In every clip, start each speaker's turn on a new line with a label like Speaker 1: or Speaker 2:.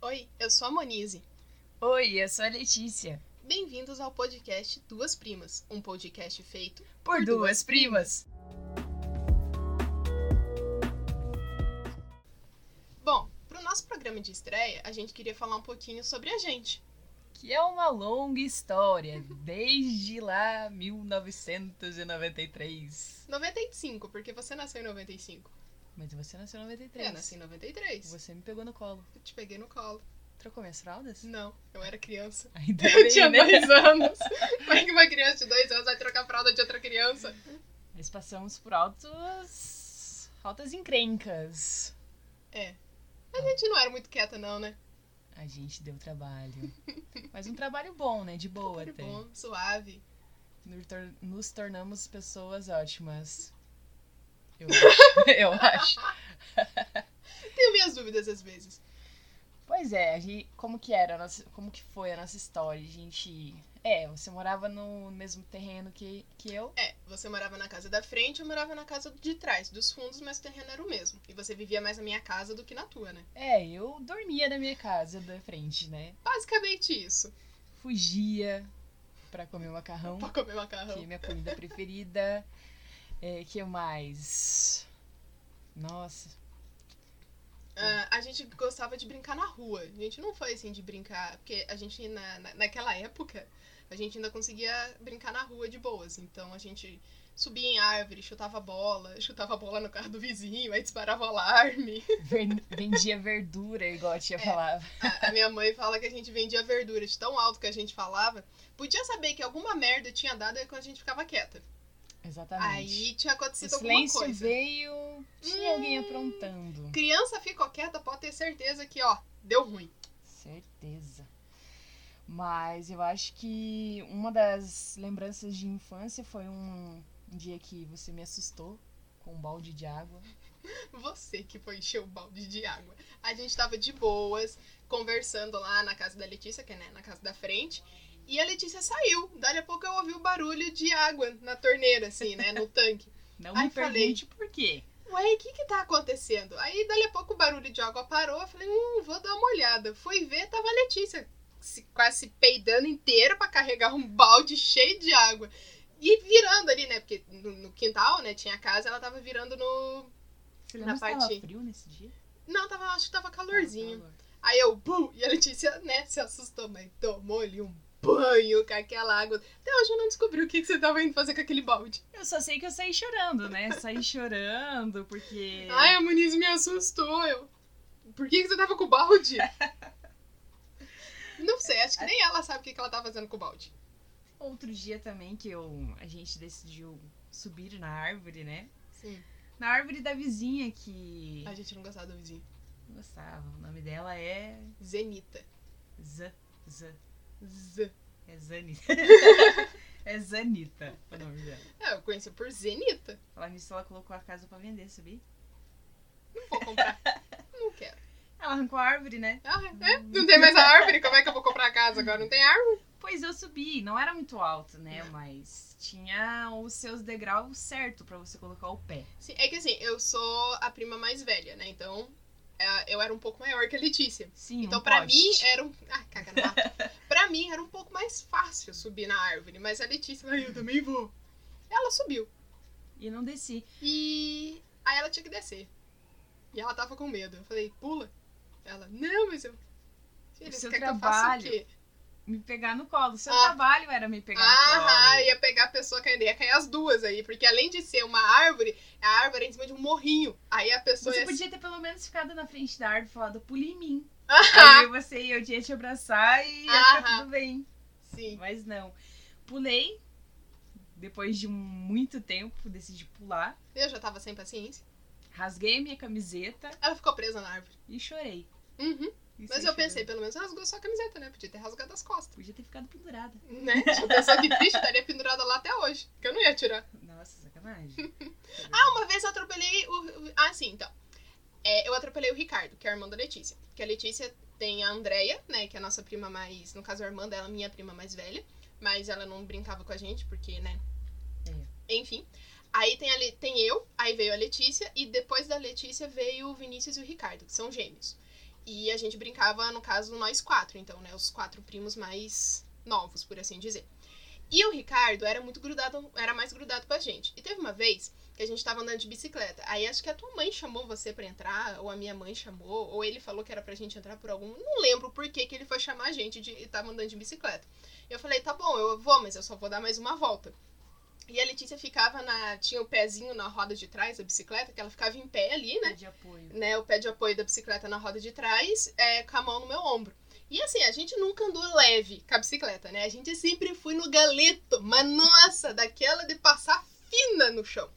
Speaker 1: Oi, eu sou a Monize.
Speaker 2: Oi, eu sou a Letícia.
Speaker 1: Bem-vindos ao podcast Duas Primas, um podcast feito
Speaker 2: Por, duas, primas.
Speaker 1: Bom, para o nosso programa de estreia, a gente queria falar um pouquinho sobre a gente.
Speaker 2: Que é uma longa história, desde lá 1993.
Speaker 1: 95, porque você nasceu em 95.
Speaker 2: Mas você nasceu em 93.
Speaker 1: Eu nasci em 93.
Speaker 2: Você me pegou no colo.
Speaker 1: Eu te peguei no colo.
Speaker 2: Trocou minhas fraldas?
Speaker 1: Não, eu era criança.
Speaker 2: Ainda
Speaker 1: Hum. Eu tinha
Speaker 2: bem, né?
Speaker 1: dois anos. Como é que uma criança de dois anos vai trocar a fralda de outra criança?
Speaker 2: Mas passamos por altos... altas encrencas.
Speaker 1: É.
Speaker 2: Ah.
Speaker 1: A gente não era muito quieta, não, né?
Speaker 2: A gente deu trabalho. Mas um trabalho bom, né? De boa
Speaker 1: Era
Speaker 2: até.
Speaker 1: bom, suave.
Speaker 2: Nos tor- Nos tornamos pessoas ótimas. Eu acho. Eu acho.
Speaker 1: Tenho minhas dúvidas às vezes.
Speaker 2: Pois é, a gente- como que era, a nossa, como que foi a nossa história? A gente. É, você morava no mesmo terreno que, que eu.
Speaker 1: É, você morava na casa da frente, eu morava na casa de trás, dos fundos, mas o terreno era o mesmo. E você vivia mais na minha casa do que na tua, né?
Speaker 2: É, eu dormia na minha casa da frente, né?
Speaker 1: Basicamente isso.
Speaker 2: Fugia pra comer macarrão,
Speaker 1: Pra comer
Speaker 2: que é
Speaker 1: macarrão.
Speaker 2: minha comida preferida. É, que mais? Nossa.
Speaker 1: Ah, a gente gostava de brincar na rua. A gente não foi assim de brincar, porque a gente, na, na- naquela época, a gente ainda conseguia brincar na rua de boas. Então a gente subia em árvore, chutava bola, chutava bola no carro do vizinho, aí disparava alarme.
Speaker 2: ver- Vendia verdura, igual a tia
Speaker 1: É.
Speaker 2: falava.
Speaker 1: A, a minha mãe fala que a gente vendia verdura de tão alto que a gente falava. Podia saber que alguma merda tinha dado é quando a gente ficava quieta.
Speaker 2: Exatamente.
Speaker 1: Aí tinha
Speaker 2: o
Speaker 1: acontecido alguma
Speaker 2: silêncio
Speaker 1: coisa.
Speaker 2: veio. Tinha alguém aprontando.
Speaker 1: Criança ficou quieta, pode ter certeza que, ó, deu ruim.
Speaker 2: Certeza. Mas eu acho que uma das lembranças de infância foi um dia que você me assustou com um balde de água.
Speaker 1: Você que foi encher o balde de água. A gente tava de boas, conversando lá na casa da Letícia, que é né, na casa da frente. E a Letícia saiu. Dali a pouco eu ouvi o barulho de água na torneira, assim, né? No tanque.
Speaker 2: Não
Speaker 1: Ai,
Speaker 2: me pergunte por quê.
Speaker 1: Ué, o que que tá acontecendo? Aí, dali a pouco, o barulho de água parou. Eu falei, hum, vou dar uma olhada. Fui ver, tava a Letícia se- quase se peidando inteira pra carregar um balde cheio de água. E virando ali, né? Porque no, no quintal, né? Tinha a casa, ela tava virando no.
Speaker 2: Você
Speaker 1: Na
Speaker 2: lembra se tava
Speaker 1: parte-
Speaker 2: frio nesse dia?
Speaker 1: Não, tava, acho que tava calorzinho.
Speaker 2: Ah, calor.
Speaker 1: Aí eu, bum, e a Letícia, né, se assustou, mas tomou-lhe um banho com aquela água. Até hoje eu não descobri o que, que você tava indo fazer com aquele balde.
Speaker 2: Eu só sei que eu saí chorando, né? Saí chorando porque
Speaker 1: Ai, a Muniz me assustou. Eu, por que, que você tava com o balde? não sei, acho que nem ela sabe o que, que ela tava fazendo com o balde.
Speaker 2: outro dia também que eu a gente decidiu subir na árvore, né?
Speaker 1: Sim.
Speaker 2: Na árvore da vizinha que
Speaker 1: A gente não gostava do vizinho.
Speaker 2: não gostava. O nome dela é
Speaker 1: Zenita.
Speaker 2: Z Z
Speaker 1: Z.
Speaker 2: É Zanita. é Zanita o nome dela.
Speaker 1: É, eu conheci por Zenita.
Speaker 2: Ela nisso ela colocou a casa pra vender, sabia?
Speaker 1: Não vou comprar. não quero.
Speaker 2: Ela arrancou a árvore, né?
Speaker 1: Ah, é? Não tem mais a árvore? Como é que eu vou comprar a casa agora? Não tem árvore?
Speaker 2: Pois eu subi, não era muito alto, né? Mas tinha os seus degraus certo pra você colocar o pé.
Speaker 1: Sim, é que assim, eu sou a prima mais velha, né? Então, é, eu era um pouco maior que a Letícia.
Speaker 2: Sim,
Speaker 1: então,
Speaker 2: um
Speaker 1: pra
Speaker 2: poste.
Speaker 1: mim, era um. Ah, caga no mato. pra mim, era um pouco mais fácil subir na árvore. Mas a Letícia, "Ai, eu também vou. Ela subiu.
Speaker 2: E não desci.
Speaker 1: E aí ela tinha que descer. E ela tava com medo. Eu falei, pula. Ela, não, mas eu. Filha, você
Speaker 2: seu
Speaker 1: quer que eu faça o
Speaker 2: trabalho.
Speaker 1: quê?
Speaker 2: Me pegar no colo. Seu
Speaker 1: Ah.
Speaker 2: trabalho era me pegar no colo.
Speaker 1: Ah, ia pegar a pessoa caindo. Ia cair as duas aí. Porque além de ser uma árvore, a árvore é em cima de um morrinho. Aí a pessoa
Speaker 2: Você
Speaker 1: ia.
Speaker 2: podia ter pelo menos ficado na frente da árvore e falado, pule em mim.
Speaker 1: Ah,
Speaker 2: Aí você e eu ia te abraçar e ia
Speaker 1: Ah.
Speaker 2: ficar tudo bem.
Speaker 1: sim.
Speaker 2: Mas não. Pulei. Depois de um- muito tempo, decidi pular.
Speaker 1: Eu já tava sem paciência.
Speaker 2: Rasguei minha camiseta
Speaker 1: Ela ficou presa na árvore.
Speaker 2: e chorei.
Speaker 1: Uhum.
Speaker 2: E
Speaker 1: Mas
Speaker 2: saí
Speaker 1: eu
Speaker 2: chorando.
Speaker 1: pensei, pelo menos rasgou só a camiseta, né? Podia ter rasgado as costas.
Speaker 2: Podia ter ficado pendurada.
Speaker 1: Né? Eu pensou que triste, estaria pendurada lá até hoje. Que eu não ia tirar.
Speaker 2: Nossa, sacanagem.
Speaker 1: Ah, uma vez eu atropelei o. o- Ah, sim, então. É, eu atropelei o Ricardo, que é a irmã da Letícia. Que a Letícia tem a Andrea, né? Que é a nossa prima mais. No caso, a irmã dela, minha prima mais velha. Mas ela não brincava com a gente, porque, né? Enfim. Aí tem, a Le- tem eu, aí veio a Letícia, e depois da Letícia veio o Vinícius e o Ricardo, que são gêmeos. E a gente brincava, no caso, nós quatro, então, né? Os quatro primos mais novos, por assim dizer. E o Ricardo era muito grudado, era mais grudado com a gente. E teve uma vez que a gente tava andando de bicicleta. Aí acho que a tua mãe chamou você para entrar, ou a minha mãe chamou, ou ele falou que era pra gente entrar por algum. Não lembro por que, que ele foi chamar a gente de e tava andando de bicicleta. Eu falei, tá bom, eu vou, mas eu só vou dar mais uma volta. E a Letícia ficava na. Tinha o pezinho na roda de trás da bicicleta, que ela ficava em pé ali, né?
Speaker 3: De apoio.
Speaker 1: né, o pé de apoio da bicicleta na roda de trás, é, com a mão no meu ombro. E assim, a gente nunca andou leve com a bicicleta, né? A gente sempre foi no galeto, mas nossa, daquela de passar fina no chão.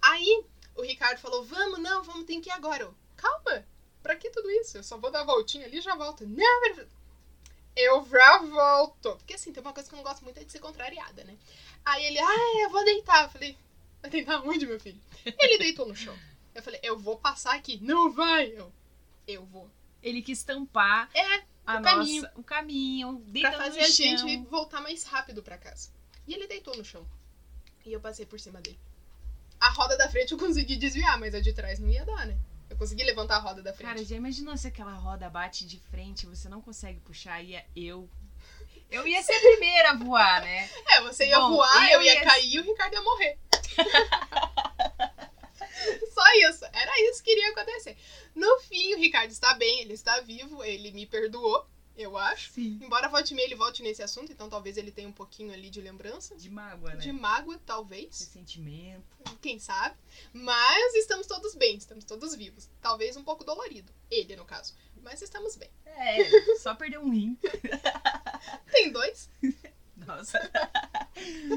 Speaker 1: Aí o Ricardo falou: Vamos, não, vamos, tem que ir agora. Eu, Calma, pra que tudo isso? Eu só vou dar a voltinha ali e já volto. Não, mas- eu já volto. Porque assim, tem uma coisa que eu não gosto muito é de ser contrariada, né? Aí ele, ah, eu vou deitar. Eu falei: Vai deitar onde, meu filho? Ele deitou no chão. Eu falei, eu vou passar aqui. Não vai! Eu, eu vou.
Speaker 2: Ele quis tampar
Speaker 1: É,
Speaker 2: a
Speaker 1: o
Speaker 2: nossa-
Speaker 1: caminho.
Speaker 2: o caminho,
Speaker 1: pra
Speaker 2: deitando
Speaker 1: fazer
Speaker 2: no
Speaker 1: a
Speaker 2: chão.
Speaker 1: gente voltar mais rápido pra casa. E ele deitou no chão. E eu passei por cima dele. A roda da frente eu consegui desviar, mas a de trás não ia dar, né? Eu consegui levantar a roda da frente.
Speaker 2: Cara, já imaginou se aquela roda bate de frente, você não consegue puxar, ia eu. Eu ia ser a primeira a voar, né?
Speaker 1: é, você ia
Speaker 2: bom,
Speaker 1: voar, eu
Speaker 2: eu
Speaker 1: ia,
Speaker 2: ia-
Speaker 1: cair e o Ricardo ia morrer. Só isso. Era isso que iria acontecer. No fim, o Ricardo está bem, ele está vivo, ele me perdoou, eu acho.
Speaker 2: Sim.
Speaker 1: Embora volte e meia ele volte nesse assunto, então talvez ele tenha um pouquinho ali de lembrança.
Speaker 2: De mágoa, né?
Speaker 1: De
Speaker 2: De
Speaker 1: mágoa, talvez.
Speaker 2: sentimento.
Speaker 1: Quem sabe? Mas estamos todos bem, estamos todos vivos. Talvez um pouco dolorido. Ele, no caso. Mas estamos bem.
Speaker 2: É, só perdeu um rim.
Speaker 1: Tem dois.
Speaker 2: Nossa.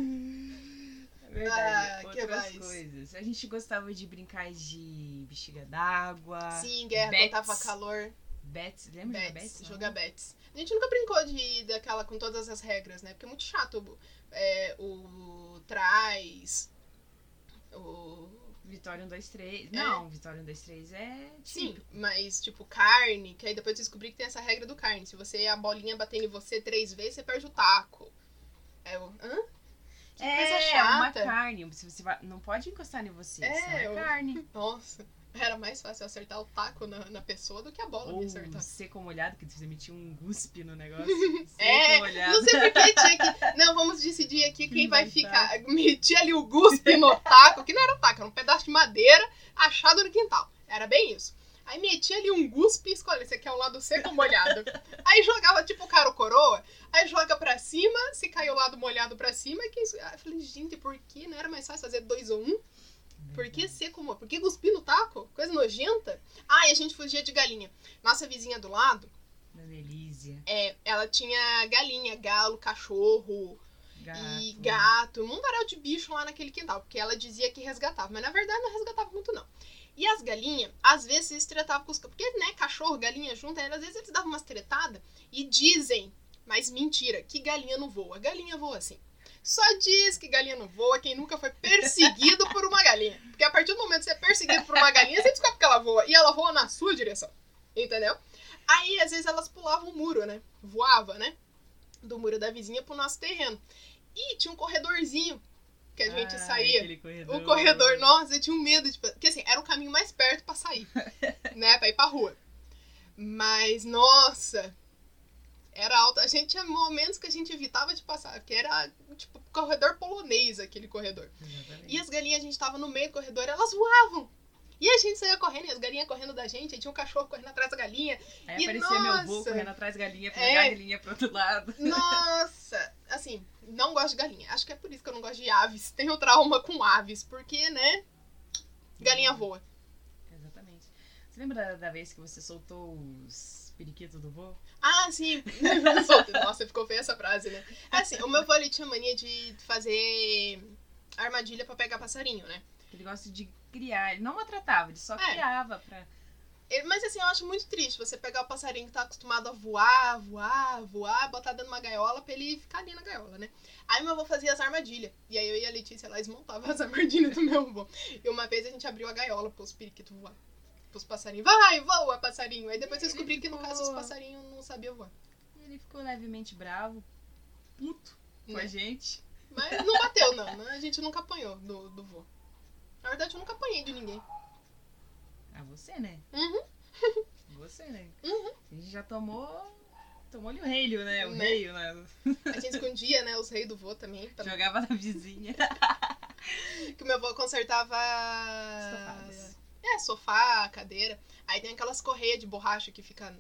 Speaker 2: É Verdade.
Speaker 1: Ah, que
Speaker 2: Outras
Speaker 1: mais?
Speaker 2: coisas. A gente gostava de brincar de bexiga d'água.
Speaker 1: Sim, guerra,
Speaker 2: Bets.
Speaker 1: quando tava calor.
Speaker 2: Bets. Lembra de
Speaker 1: Bets,
Speaker 2: Bets?
Speaker 1: jogar bets. A gente nunca brincou de daquela com todas as regras, né? Porque é muito chato é, o traz. O...
Speaker 2: Vitória 1, 2, 3. Não, Vitória 1, 2, 3 é
Speaker 1: É. Sim,
Speaker 2: típico.
Speaker 1: mas tipo carne, que aí depois eu descobri que tem essa regra do carne. Se você é a bolinha batendo em você três vezes, você perde o taco. Aí eu, hã? Que coisa
Speaker 2: É,
Speaker 1: chata.
Speaker 2: uma carne. Se você vai- não pode encostar em você,
Speaker 1: É,
Speaker 2: senão é
Speaker 1: eu-
Speaker 2: carne.
Speaker 1: Nossa, era mais fácil eu acertar o taco na, na pessoa do que a bola
Speaker 2: Ou
Speaker 1: me acertar.
Speaker 2: seco molhado, que você metia um guspe no negócio. Seco
Speaker 1: É,
Speaker 2: molhado.
Speaker 1: Não sei porque tinha que. Não, vamos decidir aqui quem
Speaker 2: Quem
Speaker 1: vai
Speaker 2: vai
Speaker 1: ficar. Meti ali o guspe no taco, que não era taco, era um pedaço de madeira achado no quintal. Era bem isso. Aí meti ali um guspe e escolhe, esse aqui é o lado seco ou molhado. Aí jogava tipo caro coroa, aí joga pra cima, se cai o lado molhado pra cima, quem. Aí eu falei, gente, por que não era mais fácil fazer dois ou um? Por que seco, amor? Por que cuspir no taco? Coisa nojenta. Ah, e a gente fugia de galinha. Nossa vizinha do lado,
Speaker 2: Dona Elísia.
Speaker 1: é, ela tinha galinha, galo, cachorro
Speaker 2: Gato.
Speaker 1: e gato. Um varal de bicho lá naquele quintal, porque ela dizia que resgatava. Mas na verdade não resgatava muito, não. E as galinhas, às vezes, se tretavam com os... Porque, né, cachorro, galinha junto, aí, às vezes eles davam umas tretadas e dizem, mas mentira, que galinha não voa. Galinha voa sim. Só diz que galinha não voa quem nunca foi perseguido por uma galinha. Porque a partir do momento que você é perseguido por uma galinha, você descobre que ela voa. E ela voa na sua direção. Entendeu? Aí, às vezes, elas pulavam o muro, né? Voava, né? Do muro da vizinha pro nosso terreno. E tinha um corredorzinho que a gente
Speaker 2: Ai,
Speaker 1: saía.
Speaker 2: Ah, aquele corredor.
Speaker 1: O corredor, nossa, eu tinha um medo de. Porque assim, era o caminho mais perto pra sair, né? Pra ir pra rua. Mas, nossa, era alto. A gente tinha momentos que a gente evitava de passar, porque era tipo corredor polonês aquele corredor.
Speaker 2: Exatamente.
Speaker 1: E as galinhas, a gente tava no meio do corredor, elas voavam. E a gente saía correndo, e as galinhas correndo da gente, aí tinha um cachorro correndo atrás da galinha.
Speaker 2: Aí
Speaker 1: e
Speaker 2: aparecia É, meu avô
Speaker 1: nossa.
Speaker 2: correndo atrás da galinha, pra
Speaker 1: É.
Speaker 2: pegar a galinha pro outro lado.
Speaker 1: Nossa! Assim, não gosto de galinha. Acho que é por isso que eu não gosto de aves. Tenho trauma com aves, porque, né? Galinha voa.
Speaker 2: Exatamente. Você lembra da, da vez que você soltou os periquitos do vô?
Speaker 1: Ah, sim. Solta. Nossa, ficou feia essa frase, né? Assim, o meu avô ele tinha mania de fazer armadilha pra pegar passarinho, né?
Speaker 2: Que ele gosta de criar. Ele não maltratava, ele só
Speaker 1: É.
Speaker 2: criava pra.
Speaker 1: Ele- Mas assim, eu acho muito triste você pegar o passarinho que tá acostumado a voar, voar, voar, botar dentro de uma gaiola pra ele ficar ali na gaiola, né? Aí meu avô fazia as armadilhas. E aí eu e a Letícia, lá desmontava as armadilhas do meu avô. E uma vez a gente abriu a gaiola pros periquitos voar. Pros passarinhos. Vai, voa, passarinho. Aí depois eu descobri que no caso os
Speaker 2: Voa.
Speaker 1: passarinhos não sabiam voar.
Speaker 2: Ele ficou levemente bravo, puto com
Speaker 1: Né?
Speaker 2: a gente.
Speaker 1: Mas não bateu, não. né? A gente nunca apanhou do, do vô. Na verdade, eu nunca apanhei de ninguém.
Speaker 2: A Ah, você, né?
Speaker 1: Uhum.
Speaker 2: Gostei, né? A gente já tomou. Tomou-lhe o reio, né? O
Speaker 1: Né?
Speaker 2: reio, né?
Speaker 1: A gente escondia, né, os reis do vô também. Pra...
Speaker 2: Jogava na vizinha.
Speaker 1: Que meu avô consertava.
Speaker 2: Estofadas.
Speaker 1: É, sofá, cadeira. Aí tem aquelas correias de borracha que fica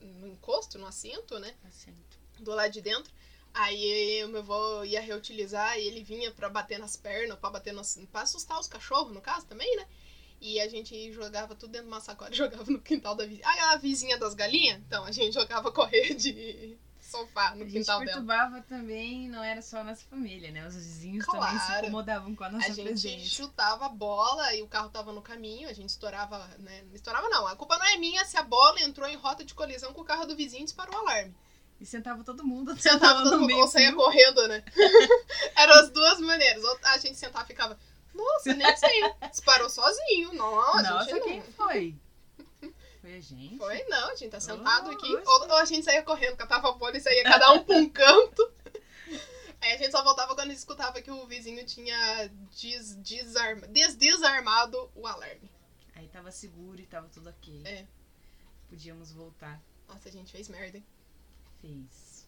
Speaker 1: no encosto, no assento, né?
Speaker 2: Assento.
Speaker 1: do lado de dentro. Aí o meu avô ia reutilizar e ele vinha pra bater nas pernas, pra bater nas. pra assustar os cachorros, no caso, também, né? E a gente jogava tudo dentro de uma sacola e jogava no quintal da vizinha. Ah, a vizinha das galinhas? Então, a gente jogava correr de sofá no
Speaker 2: a gente
Speaker 1: quintal dela.
Speaker 2: perturbava também, não era só a nossa família, né? Os vizinhos também se
Speaker 1: Claro.
Speaker 2: incomodavam com a
Speaker 1: A
Speaker 2: nossa é
Speaker 1: gente
Speaker 2: presença.
Speaker 1: chutava a bola e o carro tava no caminho, a gente estourava, né? Estourava não, a culpa não é minha se a bola entrou em rota de colisão com o carro do vizinho e disparou o alarme.
Speaker 2: E sentava todo mundo.
Speaker 1: sentava todo
Speaker 2: no
Speaker 1: mundo
Speaker 2: meio.
Speaker 1: ou saía correndo, né? Eram as duas maneiras. Ou a gente sentava e ficava, nossa, nem sei. Disparou sozinho. Não, a
Speaker 2: Nossa,
Speaker 1: gente não.
Speaker 2: quem foi? Foi a gente?
Speaker 1: Foi não, a gente tá sentado
Speaker 2: Ah,
Speaker 1: aqui.
Speaker 2: oxe.
Speaker 1: Ou, ou a gente saía correndo, catava a bola e saía cada um pra um canto. Aí a gente só voltava quando escutava que o vizinho tinha des, desarma, des- desarmado o alarme.
Speaker 2: Aí tava seguro e tava tudo ok.
Speaker 1: É.
Speaker 2: Podíamos voltar.
Speaker 1: Nossa, a gente fez merda, hein?
Speaker 2: Fez.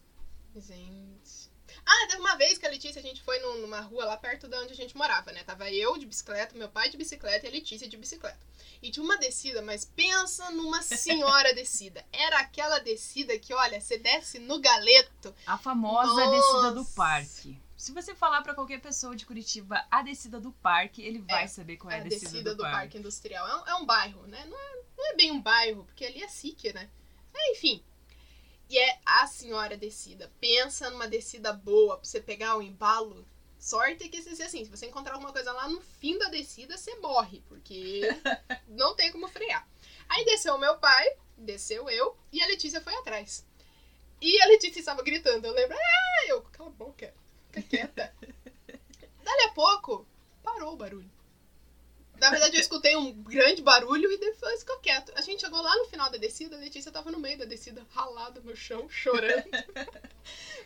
Speaker 1: Gente. Ah, teve uma vez que a Letícia, a gente foi num- numa rua lá perto de onde a gente morava, né? Tava eu de bicicleta, meu pai de bicicleta e a Letícia de bicicleta. E tinha uma descida, mas pensa numa senhora descida. Era aquela descida que, olha, você desce no galeto.
Speaker 2: A famosa
Speaker 1: Nossa.
Speaker 2: descida do parque. Se você falar pra qualquer pessoa de Curitiba a descida do parque, ele vai saber qual é
Speaker 1: a descida, do, parque.
Speaker 2: parque.
Speaker 1: Industrial. É um, é um bairro, né? Não é, não é bem um bairro, porque ali é SIC, né? É, enfim. E é a senhora descida. Pensa numa descida boa pra você pegar o embalo. Sorte que se se- assim, se você encontrar alguma coisa lá no fim da descida, você morre, porque não tem como frear. Aí desceu o meu pai, desceu eu, e a Letícia foi atrás. E a Letícia estava gritando, eu lembro, ah, eu, cala a boca, fica quieta. Dali a pouco, parou o barulho. Na verdade, eu escutei um grande barulho e depois ficou quieto. A gente chegou lá no final da descida, a Letícia tava no meio da descida, ralada no chão, chorando.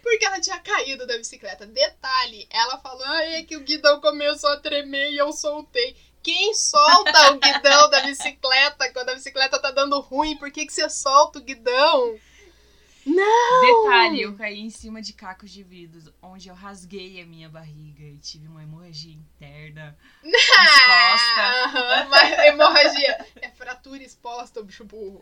Speaker 1: Porque ela tinha caído da bicicleta. Detalhe, ela falou, ai, é que o guidão começou a tremer e eu soltei. Quem solta o guidão da bicicleta quando a bicicleta tá dando ruim? Por que, que você solta o guidão?
Speaker 2: Detalhe, eu caí em cima de cacos de vidros, onde eu rasguei a minha barriga e tive uma hemorragia interna. Exposta.
Speaker 1: Ah, aham, mas hemorragia. É fratura exposta, bicho burro.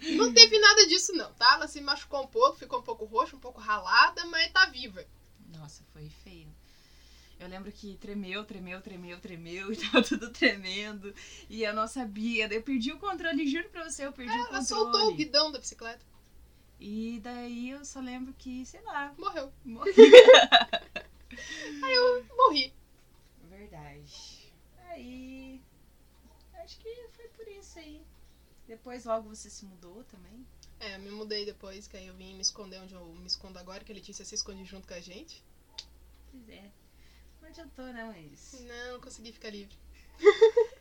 Speaker 1: Não teve nada disso, não, tá? Ela se machucou um pouco, ficou um pouco roxa, um pouco ralada, mas tá viva.
Speaker 2: Nossa, foi feio. Eu lembro que tremeu, tremeu, tremeu, tremeu, e tava tudo tremendo. E eu não sabia, eu perdi o controle, juro pra você, eu perdi o
Speaker 1: Ela
Speaker 2: controle.
Speaker 1: soltou o guidão da bicicleta,
Speaker 2: E daí eu só lembro que, sei lá,
Speaker 1: morreu.
Speaker 2: morri.
Speaker 1: Morri.
Speaker 2: Verdade. Aí. Acho que foi por isso aí. Depois logo você se mudou também.
Speaker 1: É, eu me mudei depois, que aí eu vim me esconder onde eu me escondo agora, que a Letícia se esconde junto com a gente.
Speaker 2: Pois é. Não adiantou, né, não, isso.
Speaker 1: Não, não consegui ficar livre.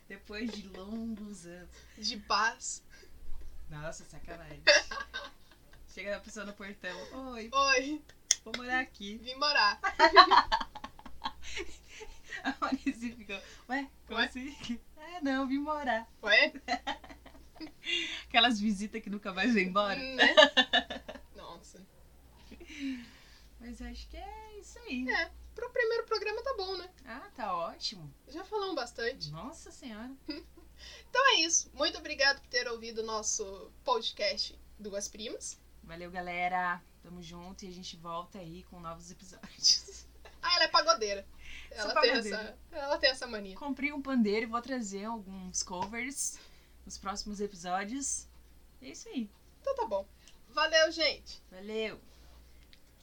Speaker 2: Depois de longos anos.
Speaker 1: De paz.
Speaker 2: Nossa, sacanagem. Chega na pessoa no portão. Oi,
Speaker 1: Oi,
Speaker 2: vou morar aqui.
Speaker 1: vim morar.
Speaker 2: A Maurício ficou, ué, como
Speaker 1: Ué?
Speaker 2: assim? Ah, não, vim morar.
Speaker 1: Ué?
Speaker 2: Aquelas visitas que nunca mais vão embora.
Speaker 1: Né? Nossa.
Speaker 2: Mas acho que é isso aí.
Speaker 1: É, pro primeiro programa tá bom, né?
Speaker 2: Ah, tá ótimo.
Speaker 1: Já falamos bastante.
Speaker 2: Nossa senhora.
Speaker 1: Então é isso. Muito obrigado por ter ouvido o nosso podcast Duas Primas.
Speaker 2: Valeu, galera. Tamo junto e a gente volta aí com novos episódios.
Speaker 1: Ah, ela é pagodeira. Ela,
Speaker 2: Sou
Speaker 1: tem,
Speaker 2: pagodeira.
Speaker 1: Essa, ela tem essa mania.
Speaker 2: Comprei um pandeiro e vou trazer alguns covers nos próximos episódios. É isso aí.
Speaker 1: Então tá bom. Valeu, gente.
Speaker 2: Valeu!